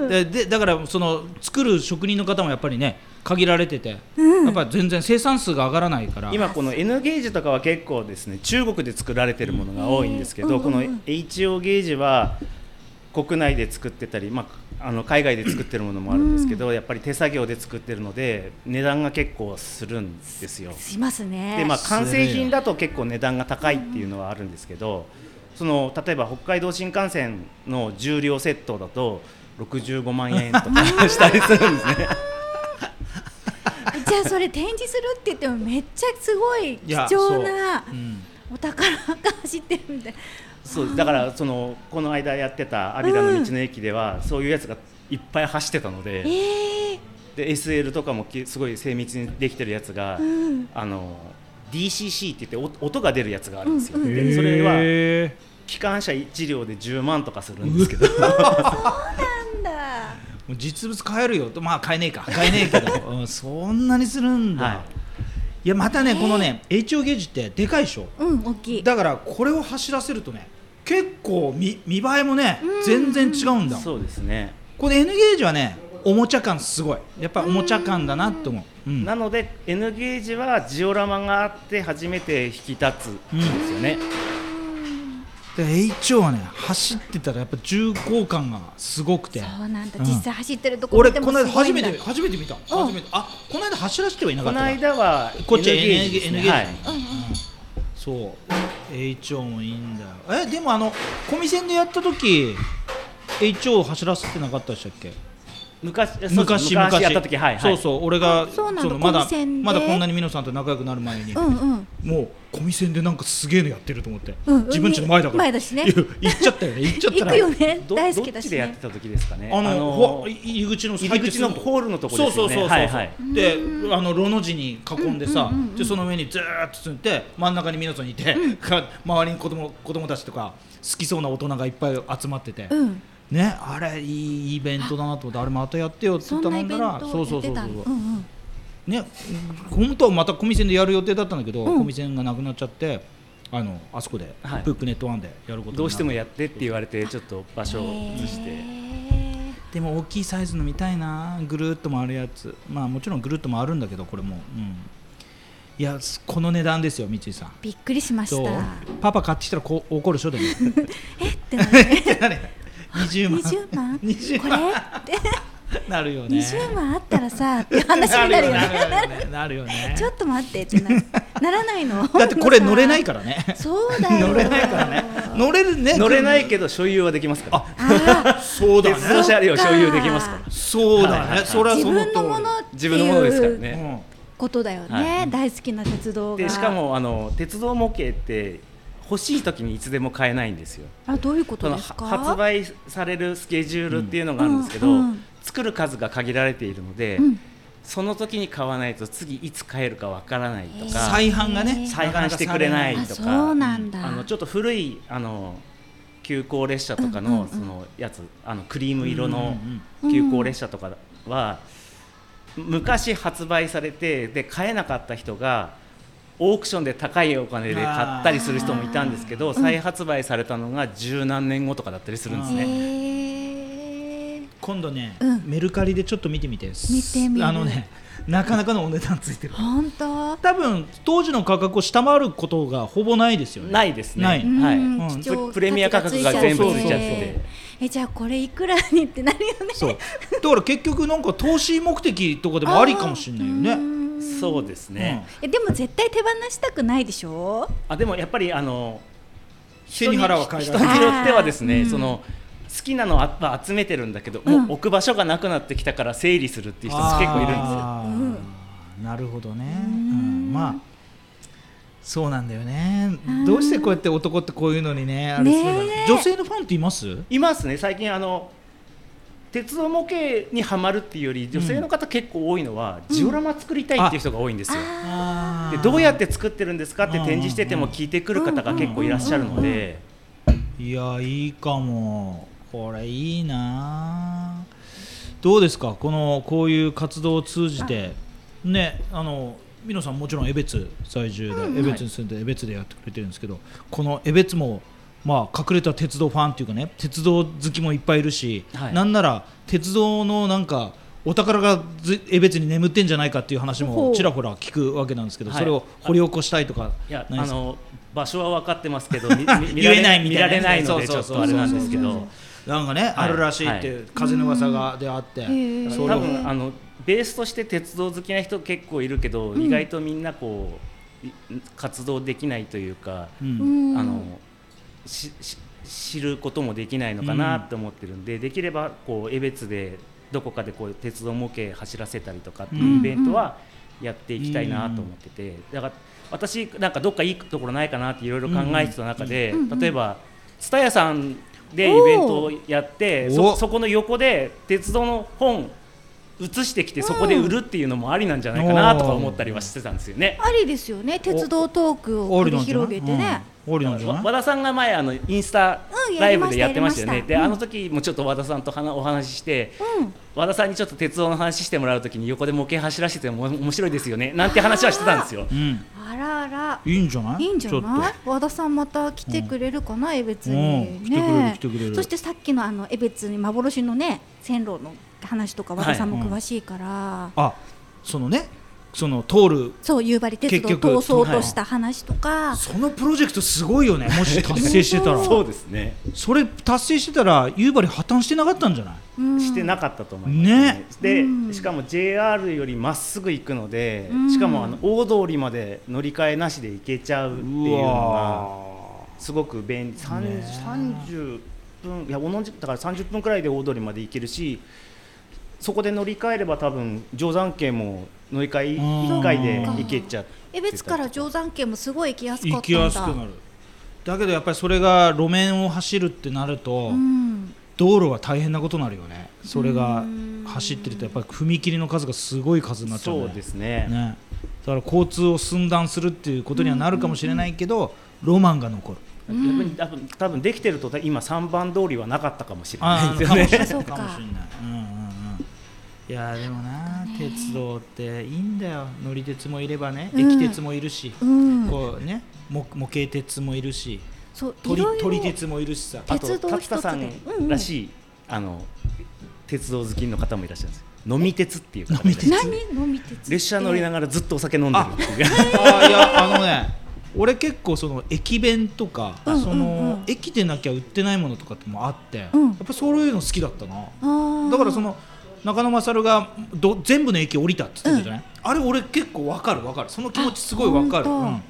ででだからその作る職人の方もやっぱりね限られてて、やっぱり全然生産数が上がらないから
今この N ゲージとかは結構ですね中国で作られてるものが多いんですけど、
うん
この HO ゲージは国内で作ってたり、まあ、あの海外で作ってるものもあるんですけど、やっぱり手作業で作ってるので値段が結構するんですよ。
しますね
でまあ、完成品だと結構値段が高いっていうのはあるんですけどその例えば北海道新幹線の重量セットだと65万円とかしたりするんですね。
じゃあそれ展示するって言ってもめっちゃすごい
い
貴
や
重な
そううん
お宝が走ってるみたい
そうだからそのこの間やってた安平の道の駅では、そういうやつがいっぱい走ってたので,、
ええ
で SL とかもきすごい精密にできてるやつが、
ん
あの DCC って言ってお音が出るやつがあるんですよ、
うんうん
でそれは
へ
機関車1両で10万とかするんで すけど
なんだ
ーもう実物買えるよとまあ買えねえか買えねえけ ど、うんそんなにするんだ、、
はい
やまたねこのね HO ゲージってでかいでしょ
うん大きい
だからこれを走らせるとね結構見見栄えもね全然違うんだ
そうですね
この N ゲージはねおもちゃ感すごいやっぱおもちゃ感だなって思ううん
なので N ゲージはジオラマがあって初めて引き立つんですよね、
で HO はね走ってたらやっぱ重厚感がすごくて
そうなんだ、
うん
実際走ってるとこ
俺
見ても
この間
すごい
初
んだ
めて初めて見た初めてあこの間走らせてはいなか
こ
った
の
な
間は
こっち
N ゲージ
N
ですね
ゲージ
はい
うんうん
そう HO もいいんだよえでもあのコミセンでやった時 HO 走らせてなかったでしたっけ
昔そうそう
昔
昔やった時はいは
そう
い
そう俺が
あそうなんだ
まだ
コミセンで
まだこんなにミノさんと仲良くなる前に、
うんうん
もうコミセンでなんかすげえのやってると思って、
うんうん
自分家の前だから
前だしね
いや行っちゃったよね行っちゃった
行
ら
くよね
ど
大好きだ
どっち
し
でやって
ね
た時ですかね
あの、
あ
ほ
のー
入り口の
入り口のホールのとこです
そう
よ
そうそう
ね
そう、
はいはい
であのロの字に囲んでさ、
うんうんうんうん
でその上にずーっと積んで真ん中に皆さんいて、か 周りに子供子供たちとか好きそうな大人がいっぱい集まってて、
うん
ねあれいいイベントだなと思ってあれまたやってよって
そん
頼
なイ
ん
ベ
だ
ント
らそう
や
そ
っ
うそ
て
う
た
そ
んだ
う
う。んうん
ね、本当はまたコミセンでやる予定だったんだけど、
うん
コミセンがなくなっちゃってあのあそこで、
はい
ブックネットワンでやることになる
どうしてもやってって言われてちょっと場所を移し
へ
て
ー
でも大きいサイズの見たいなぐるーっと回るやつまあもちろんぐるっと回るんだけどこれも、うん、いやすこの値段ですよ三井さん
びっくりしまし
どう
た
パパ買ってきたらこう怒るでしょ でも
えって なる
20万
20万
20
こ
万
れ って
なるよね
20万あったらさって話 になるよね
なるよねなるよね
ちょっと待ってって なるならないの
だってこれ乗れない
か
からね
そうだよ
乗れないからね乗れるね
乗れないけど所有はできますから
あ
そうだ
鉄道
ね
車両所有できますから
そうだね、
はいはいはい
それ
ー
は
自
その通り
分のものって
自分のものですか
い
ら
う
ね
ことだよね、
はい
大好きな鉄道が
でしかもあの鉄道模型って欲しい時にいつでも買えないんですよ
あどういうこと
その
です
は
か
発売されるスケジュールっていうのがあるんですけど、
うんうんうん
作る数が限られているので、
うん
その時に買わないと次いつ買えるかわからないと
うん、
へー
か、
再販が
え
ね
ー
再販してくれな
なかなかされ
い
ない
あ
と
そ
か
うなんだ
あのちょっと古いあの急行列車とか
うんうんう
の
ん
そのやつ、あのクリーム色の
うんうん
うん
急行列車とかは、昔発売されてで買えなかった人がオークションで高いお金で買ったりする人もいたんですけど再発売されたのが十何年後とかだったりするんです
へ
ね。
ー
今度ね、
うん
メルカリでちょっと見てみて見
てみる
あのねなかなかのお値段ついてる
本当
多分当時の価格を下回ることがほぼないですよね
ないですね。
な
はいい。
うん
うん
貴重
プレミア価格が全部ついちゃってて
えじゃあこれいくらにってなるよね
そうだから結局なんか投資目的とかでもありかもしれないよね
あーうーん
そうですね。
えでも絶対手放したくないでしょ
あでもやっぱりあの
背に腹は変えら
人
れ
に
な
よ
い
ってはです
あー
ね、
うん
その好きなのはまあ集めてるんだけど、
うん
もう置く場所がなくなってきたから整理するっていう人結構いるんですよ。
あーなるほどね、う
うん
ん、まあそうなんだよね
うん
どうしてこうやって男ってこういうのにねあれするんだろう
ねえ
女性のファンっています
いますね最近あの鉄道模型にはまるっていうより女性の方結構多いのは、ジオラマ作りたいっていう人が多いんですよ。
あ
あ
で
ー
どうやって作ってるんですかって展示してて
う
も
ん
聞いてくる方が結構いらっしゃるので、
いやいいかもこれいいなどうですかこのこういう活動を通じてねあの美濃さんもちろん江別在住で、江別に住んで江別でやってくれてるんですけどこの江別もまあ隠れた鉄道ファンっていうかね鉄道好きもいっぱいいるし、
はい
なんなら鉄道のなんかお宝がず江別に眠ってんじゃないかっていう話
ほ
も
う
ちらほら聞くわけなんですけど、
はい
それを掘り起こしたいとか
いや
ないで
あ
すか
の場所は分かってま すけどみ見られ
言えないみ
見
たいな
ら
ね
れないのでち
そ
ょ
う
っ
そうそう
とあれなんですけど
なんかね、あるらしいっていう風の噂がであって、
うん
そ
多
れを
分あのベースとして鉄道好きな人結構いるけど、意外とみんなこうい活動できないというか、
う
ーうんん
あのしし知ることもできないのかなと思ってるんで、できればこう江別でどこかでこう鉄道模型走らせたりとかっていうイベントはやっていきたいなと思ってて、だから私なんかどっかいいところないかなっていろいろ考えてた中で、
うんうん
例えば蔦屋さんでイベントをやって
おー
そそこの横で鉄道の本移してきてそこで売るっていうのもありなんじゃないかなとか思ったりはしてたんですよね。
ありですよね鉄道トークを繰り広げてね、
オリなんじゃ
わ
ない
和田さんが前あのインスタ
うん
ライブでやってましたよね、
やりました
で
や
あ
りま
の時もちょっと和田さんとはなお話しして
うん、
和田さんにちょっと鉄道の話してもらう時に横で模型走らせてても面白いですよねなんて話はしてたんですよ
うん、
あらあら
いいんじゃない
いいんじゃ
ちょっ
ない和田さんまた来てくれるかな、江別に
うん
ね
来てくれる来てくれる
そしてさっきのあの江別に幻のね線路の話とか和田さんも詳しいから、
とあそのねその通る
そう夕張鉄
結
道
局
を通そうとした話とか、
そのプロジェクトすごいよねもし達成してたら
そうですね
それ達成してたら夕張破綻してなかったんじゃない
うん
してなかったと思いますね
ね
で、
うん
しかも JR よりまっすぐ行くので、
うん
しかもあの大通りまで乗り換えなしで行けちゃうっていうのがすごく便利さん
ね
30分いや同じだから30分くらいで大通りまで行けるしそこで乗り換えれば多分定山系も乗り換え1回で行けちゃって
江別から定山県もすごい行きやすか
行
っ
きやすく
たん
な
だ
るだけどやっぱりそれが路面を走るってなると、
うん
道路は大変なことになるよねそれが
うん
走ってるとやっぱり踏切の数がすごい数になっちゃう、ね、
そうですね
ねだから交通を寸断するっていうことにはなるかもしれないけど、ロマンが残る
逆に多分多分できてると今3番通りはなかったかもしれない
あ
です
ー
よね
かもし
そ
れな
う
い
か
かもしれないうんうんうんいやーでもな鉄道っていいんだよ乗り鉄もいればね、
うん
駅鉄もいるし、
うん
こうねも模型鉄もいるし
そうい
鳥
ろいろ
鳥鉄もいるしさ
あと
鉄道一つで
達田さん
うんうん
らしい、あの鉄道好きの方もいらっしゃるんですよ飲み鉄っていう方もいらっしゃる
何飲み鉄って
列車乗りながらずっとお酒飲んでるっていう
あーいやあのね俺結構その駅弁とか、
うんうんうん
その駅でなきゃ売ってないものとかってもあって、
うん
やっぱそういうの好きだったな、
あー
だからその中野勝がど全部の駅降りたって言ってたじゃない、あれ俺結構わかるわかるその気持ちすごいわかる
あ
うん
本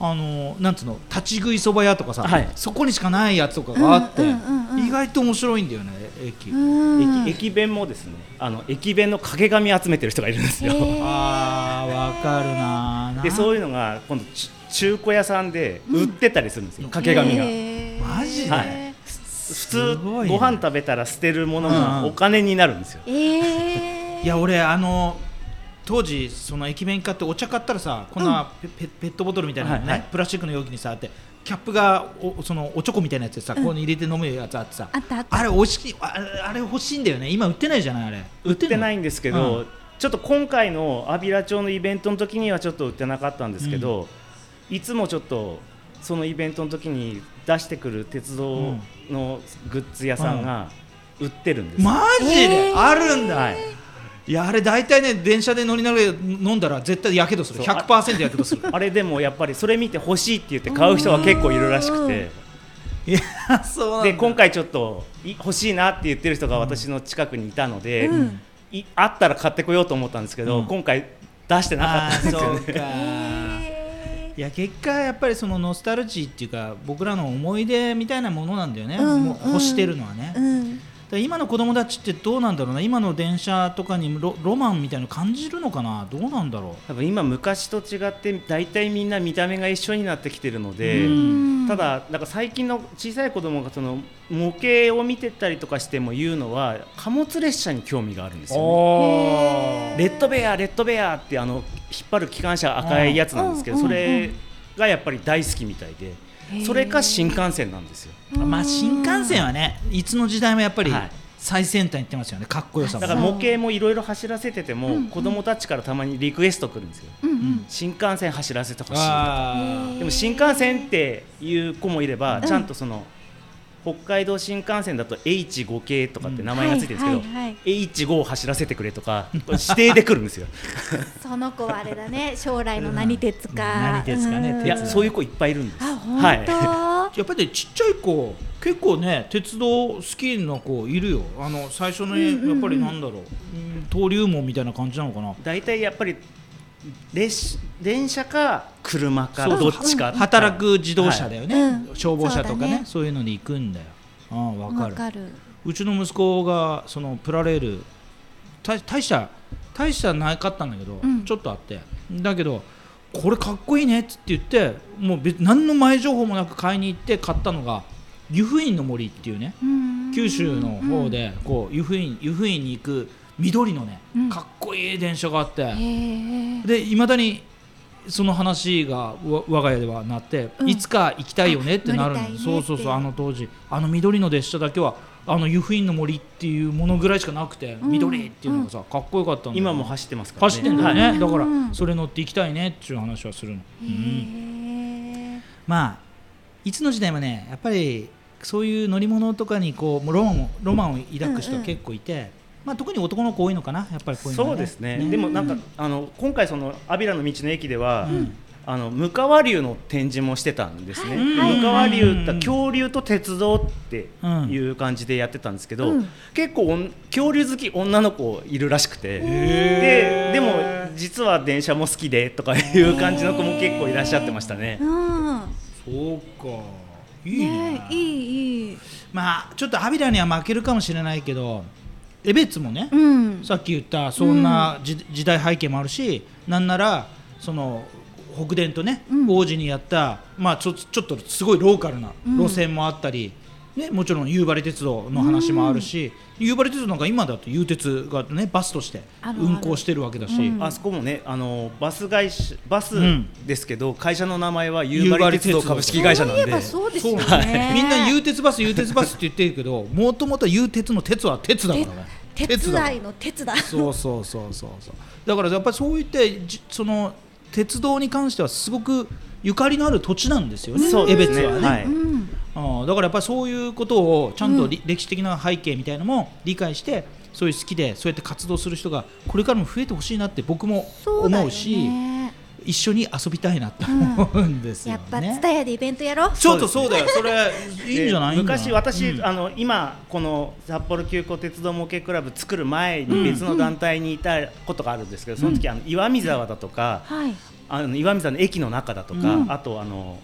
あのなんつうの立ち食いそば屋とかさ、
はい
そこにしかないやつとかがあって、
うんうんうんうん
意外と面白いんだよね駅、
うん
駅駅弁もですねあの駅弁の掛け紙集めてる人がいるんですよ
へー
あーわかるな
でそうういうのが今度ち中古屋さんで売ってたりするんですよ、
うん
掛け紙が、
へー
マジで
はい普通
すごいね
ご飯食べたら捨てるものが
うん
お金になるんですよ、
えー
いや俺あの当時その駅弁買ってお茶買ったらさこんなペ,ペ、ペットボトルみたいなのね、
はいはい
プラスチックの容器にさあってキャップがおそのおチョコみたいなやつでさ、ここに入れて飲むやつあってさ
あったあった
あれ美味しいああれ欲しいんだよね今売ってないじゃないあれ
売ってないいんですけど、
うん
ちょっと今回の安平町のイベントの時にはちょっと売ってなかったんですけど、いつもちょっとそのイベントの時に出してくる鉄道のグッズ屋さんが売ってるんですよ、
マジで、
えー
あるんだ、、
はいい、
やあれ大体ね電車で乗りながら飲んだら絶対やけどする
そうあ
100%やけどする
あれでもやっぱりそれ見て欲しいって言って買う人は結構いるらしくて
いやそうなんだ
で今回ちょっとい欲しいなって言ってる人が私の近くにいたので、
うん
いあったら買ってこようと思ったんですけど、
うん
今回出してなか
あ
ったん
ー
です
そ
よ
う
ね。
か
へ
いや結果やっぱりそのノスタルジーっていうか僕らの思い出みたいなものなんだよね、
うん
もう欲してるのはね、
ーう
だから
ん
今の子供たちってどうなんだろうな今の電車とかにロロマンみたいなの感じるのかなどうなんだろ
多分今昔と違って大体みんな見た目が一緒になってきてるので、
うん
ただなんか最近の小さい子供がその模型を見てたりとかしても言うのは貨物列車に興味があるんです
う
よ、ね。
へー
レッドベアレッドベアってあの引っ張る機関車赤いやつなんですけど、
うん
それがやっぱり大好きみたいで、それか新幹線なんですよ。
まあ新幹線はねいつの時代もやっぱり
はい
最先端行ってますよねかっこよさも
だから模型もいろいろ走らせてても、
うん
子供たちからたまにリクエストくるんですよ。
うんう
うん
ん
新幹線走らせてほしいとか。
あー
でも新幹線っていう子もいれば、
うん
ちゃんとその北海道新幹線だと H5 系とかって名前がついてるんですけど、
はいはいはい
H5 を走らせてくれとかこれ指定で来るんですよ
その子はあれだね将来の何鉄か
何鉄かね
うん
鉄
いやそういう子いっぱいいるんです
あ
はい
本
やっぱりねちっちゃい子結構ね鉄道好きな子いるよあの最初のや
うんうんうん
っぱりなんだろううん登竜門みたいな感じなのかな
大体やっぱり列電車か車か
そう
どっちか
働く自動車だよね、
はいうん
消防車とかねそう
そうだね
いうので行くんだよああわ
当
か
わ
る
かる
うちの息子がそのプラレール大大した大したなかったんだけど、
うん
ちょっとあってだけどこれかっこいいねっつって言ってもう別何の前情報もなく買いに行って買ったのが湯布院の森っていうね
うん
九州の方でこう湯布院湯布院に行く緑のね
うん
かっこいい電車があって、
うんへー
でいまだにその話がわ我が家ではなって、
うん
いつか行きたいよねってなる
あ乗
ん
り
で
たい
そ
ね
う
って
そうそうあの当時あの緑の列車だけはあの湯布院の森っていうものぐらいしかなくて、
ん
緑っていうのがさかっこよかったんだよ
今も走ってますからね
走ってんだよね、
はい
だから、
うん
それ乗って行きたいねっていう話はするの、う
へ
ん、
ー
まあいつの時代もねやっぱりそういう乗り物とかにこうもうロマンをロマンを抱く人は結構いて、まあ、特に男の子多いのかな、やっぱりこういうの、ね、
そうですねでもなんかあの今回その安平の道の駅では、
うん
あの向川流の展示もしてたんです
は
ね、
い
で向川
う
流
ん
って恐竜と鉄道っていう感じでやってたんですけど、
うん
結構おん恐竜好き女の子いるらしくて
へー
ででも実は電車も好きでとかいう感じの子も結構いらっしゃってましたね
うん
そうかいいね
ねえいいいい
まあちょっとアビラには負けるかもしれないけどエベツもね、
うん
さっき言ったそんな時,、時代背景もあるしなんならその北電とね、
うん
王子にやった、まあ、ちょちょっとすごいローカルな路線もあったり、ね、もちろん夕張鉄道の話もあるし、夕張鉄道なんか今だと夕鉄が、ね、バスとして
あるある
運行してるわけだし。
うん
あそこもねあのバス会社バス
うん
ですけど、会社の名前は
夕
夕
張
張鉄道株式会社なん
そういえば
で
そうですよ
そう
ね
みんな「う鉄バスう鉄バス」って言ってるけどもともとう鉄の鉄は鉄だからね
手
鉄だから
伝いの鉄だ
そうそうそうそうそうだからやっぱりそういってじその鉄道に関してはすごくゆかりのある土地なんですよね
そう
江
です
別
ね
はね、
はい
うん
うんだからやっぱりそういうことをちゃんとり、歴史的な背景みたいのも理解してそういう好きでそうやって活動する人がこれからも増えてほしいなって僕も
そうだよ
思う
ね
し一緒に遊びたいなって思うんですよ
や
ね
っ、ぱツタヤでイベントやろう
ちょっとそうだよそれいいんじゃない
で
んだ
昔私、
うん
あの今この札幌急行鉄道模型クラブ作る前
うん
に別の団体にいたことがあるんですけど、その時あの岩見沢だとか、
はい
あの岩見沢の駅の中だとか、
うん
あとあの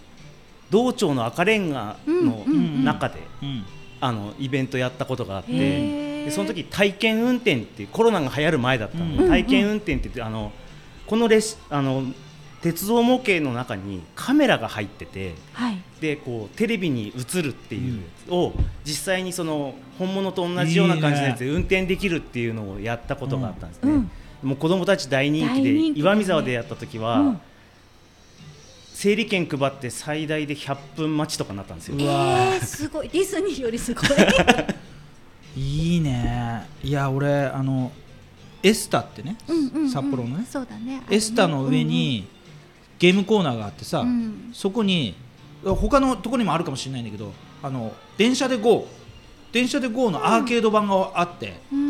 道庁の赤レンガの
うんうん
うん
中で、
うん
あのイベントやったことがあって
へー
でその時体験運転っていうコロナが流行る前だったので、
うん
体験運転って言ってあのこのレシあの鉄道模型の中にカメラが入ってて。
はい
でこうテレビに映るっていうやつを、実際にその本物と同じような感じのやつで運転できるっていうのをやったことがあったんですね、
うん
もう子供たち大人気
大
で
人気ですね
岩見沢でやった時は、
うん
整理券配って最大で100分待ちとかなったんですよ
う
え
わ
ーすごいディズニーよりす ごい
いいねいや俺あのエスタってね、
うんうんうん
札幌のね
そうだね
エスタの上にゲームコーナーがあってさ、
うん
そこに他のとこにもあるかもしれないんだけどあの電車で GO 電車で GO のアーケード版があって、
うん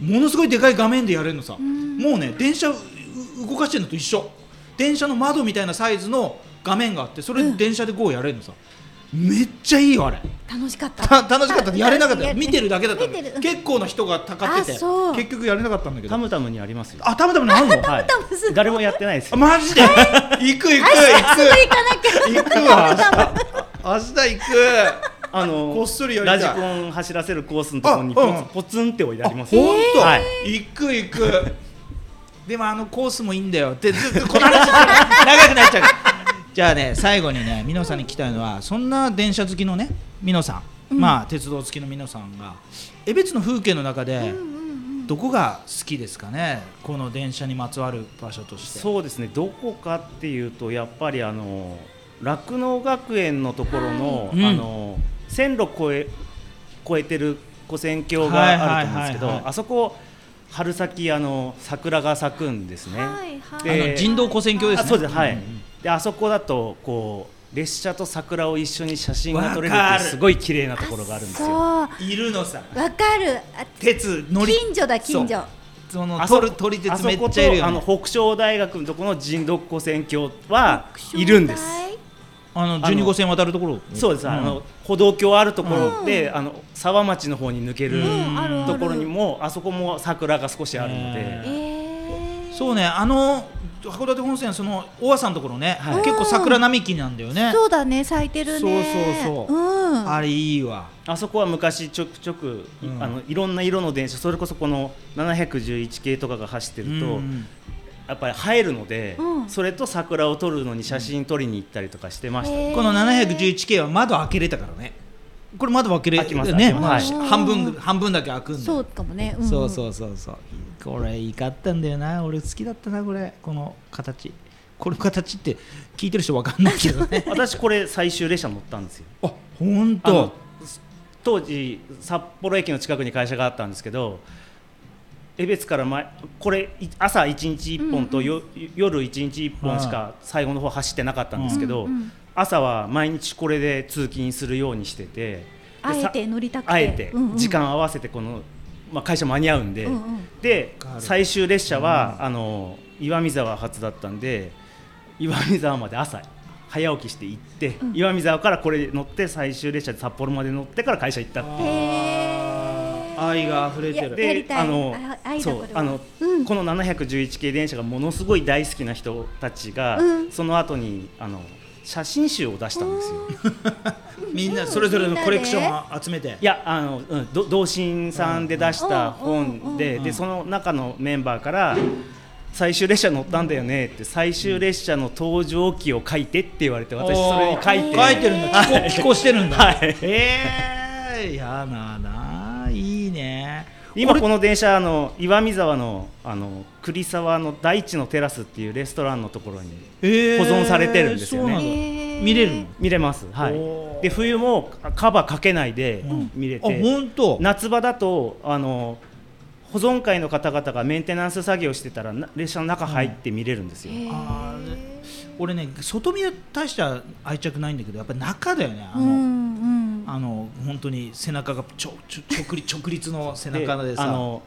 ものすごいでかい画面でやれるのさ、
ん
もうね電車うう動かしてるのと一緒電車の窓みたいなサイズの画面があってそれで電車で GO やれるのさ、めっちゃいいよあれ
楽しかった
た楽しかったやれなかったよ
や
見てるだけだった
見てるうん
結構な人がたかってて
あそう
結局やれなかったんだけど
タムタムにありますよ
あたまたまにあるの
はい
タムタムすごい
誰もやってないです
あ
よ
マジで行く行く
行かなきゃ
行く行くわ明日明日行く
あの
こっそりやりた
ラ
い
ジコン走らせるコースのところに
あ
ポツ,、
うん
ポツンって置いてあります
本当、
はい
行く行く でもあのコースもいいんだよってずっとこの話長くなっちゃう じゃあね最後にね美濃さんに聞きたいのはそんな電車好きのね美濃さん、まあ鉄道好きの美濃さんが江別の風景の中でどこが好きですかねこの電車にまつわる場所として
そうですねどこかっていうとやっぱりあの酪農学園のところの,、
はい
あの線路越え越えてる跨線橋があると思うんですけど、
はいはいはいはい
あそこ春先あの桜が咲くんですね。
はいはい
あ
で
の人道
こ
古戦橋ですね
あそうですはい、
んん
であそこだとこう列車と桜を一緒に写真が撮れるっ
わか
て
る
いうすごい綺麗なところがあるんですよ。
わ
いるのさ
かるあ
鉄乗り
近所だ近所
その
あそ
取る取り
あ
鉄
そ
めっ
こ
ちゃいる
と
よ、
あ
ね
の、北昇大学のところの人道跨線橋はいるんです。
あの12号線渡るところ
そうです、
ん
あの歩道橋あるところで、あの沢町の方に抜ける
うんある
ある
ところにも、あそこも桜が少しあるの
ね
で、
えー
そうね、あの函館本線、その大和さんのところね、
はい
結構桜並木なんだよね。
そうだね咲いてるね
そうそうそう
うん
あれいいわ。
あそこは昔ちょくちょく、い
うん
あのいろんな色の電車、それこそこの711系とかが走ってると、
うん
やっぱり映えるので、
うん
それと桜を撮るのに写真撮りに行ったりとかしてました。
この 711K は窓開けれたからね。これ窓開けれ
開きます
ね、
開き
まあ
ます。
はい
半分半分だけ開くんだ。
そうかもねん
そうそうそうそう。これいいかったんだよな、俺好きだったなこれこの形。この形って聞いてる人わかんないけどね
私これ最終列車乗ったんですよ。
あ、本
あの
当。
当時札幌駅の近くに会社があったんですけど江別から前これい朝1日1本とよ、夜1日1本しか最後の方走ってなかったんですけど、
うんうん
朝は毎日これで通勤するようにしててで
あえ
さ
て乗りたくて
あえて
うんうん
時間合わせてこのまあ、会社間に合うんで、
うんうん
で
わかる
最終列車は、あの岩見沢発だったんで岩見沢まで朝早起きして行って、
ん
岩見沢からこれ乗って最終列車で札幌まで乗ってから会社行ったっていう
へー
愛が溢れて
い
る
やりたい
あの
あ愛だ
そう
これは
あの、
うん
この711系電車がものすごい大好きな人たちが、
うん
その後にあの写真集を出したんですよ。
みんなそれぞれのコレクションを集めて
いやあの、うん、ど同心さんで出した本
うんうんうん
で
うん
でその中のメンバーから「最終列車乗ったんだよね」って最終列車の搭乗記を書いてって言われて私それに書いて
書いてるんだ寄稿寄稿してるんだ、
はい
ええー、やだないいね
今
こ
この電車あの岩見沢のあの栗沢の大地のテラスっていうレストランのところに
れ
保存されてるんですよ
そう
ね
なんだ
へー
見れるの
見れます、はい
おー、
で冬もカバーかけないで見れて、
あ本当
夏場だとあの保存会の方々がメンテナンス作業してたらな列車の中入って見れるんですよ、
へー
あー俺ね外見は大した愛着ないんだけどやっぱ中だよねあ
う
の、
んうん
あの本当に背中がちょちょ直立直立の背
で
中でさ
あの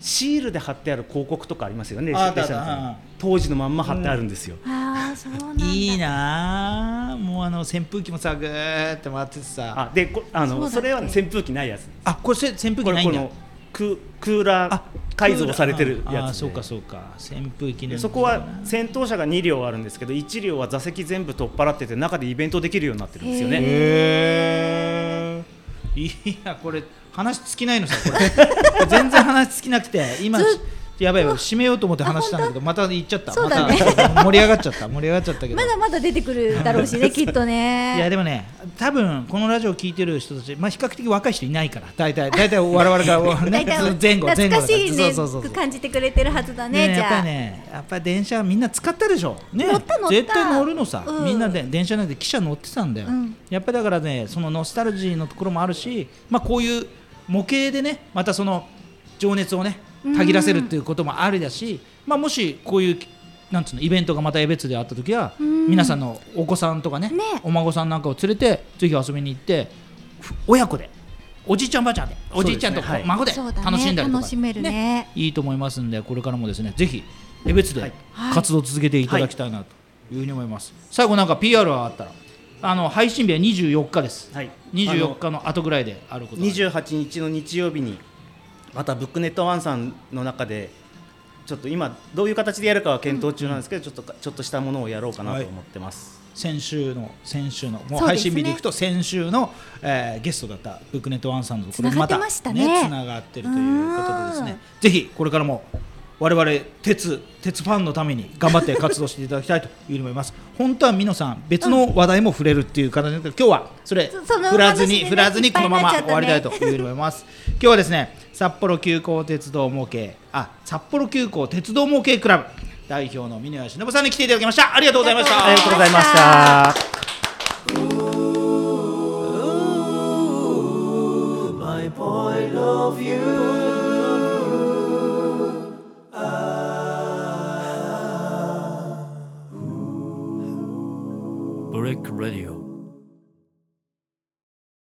シールで貼ってある広告とかありますよね
あ
列車の中に
あったあった
当時のまんま貼ってあるんですよ、
ああそうなんだ
いいなあもうあの扇風機もさぐーって回っててさあ
あでこあ
そう
の
だっ
そ
け
れは、ね、扇風機ないやつ
これせ扇風
こ
機
れ
ない
こ
んだ
のククーラー改造されてる
あ
や
あ
つで
そうかそうか扇風機ね
でそこは先頭車が2両あるんですけど1両は座席全部取っ払ってて中でイベントできるようになってるんですよね
へえいやこれ話尽きないのさこ れ全然話尽きなくて今
ず
やばいやばい締めようと思って話したんだけどまた行っちゃった
そうだね
また盛り上がっちゃった盛り上がっちゃったけど
まだまだ出てくるだろ うしねきっとね
いやでもね、多分このラジオを聞いてる人たち、まあ、比較的若い人いないから、大体、大体我々が、 ね
大、体
その前後、前後だ
懐
ら
かしいね
そうそうそうそう
感じてくれてるはずだね
でね
じ
やっぱ
ゃあ、
りね、やっぱり電車はみんな使ったでしょ、ね、
乗った乗った
絶対乗るのさ、
うん
みんなで電車なんて汽車乗ってたんだよ、
うん
やっぱりだからね、そのノスタルジーのところもあるし、まあ、こういう模型でね、またその情熱をね、たぎらせるっていうこともありだし、まあ、もしこういうなんつうのイベントがまた江別であった時は、
ん
皆さんのお子さんとかね
ね
お孫さんなんかを連れてぜひ遊びに行ってふ親子でおじいちゃんばあちゃんでおじいちゃんと
そうですねはい
孫で
そうだね
楽しんだりとか、
楽しめるね
いいと思いますんでこれからもですねぜひ江別
は
で
い
活動を続けていただきたいなというふうに思います、最後なんか PR はあったらあの配信日は24日です、
はい
24日の後ぐらいであることが
28日の日曜日にまたブックネットワンさんの中でちょっと今どういう形でやるかは検討中なんですけど、ちょっとかちょっとしたものをやろうかなと思ってます、
先週の先週のもう
そうで
配
すね
信日でいくと先週の、えーゲストだったブックネットワンさんのところ
つながってましたね
つながってるということでです
う
ね
ん
ぜひこれからも我々鉄鉄ファンのために頑張って活動していただきたいというふうに思います本当は美濃さん別の話題も触れるっていう形なんですけど今日はそれ
そその
振らず
話
に
でね
振らず
い
に
っぱ
こ
い
の
にな
ま
っちゃ
ま
ったね
終わりたいというふうに思います今日はですね札幌急行鉄道模型あ札幌急行鉄道模型クラブ代表の峰谷忍さんに来ていただきましたありがとうございました
ありがとうございました。
my point of view. Ah. Brick Radio.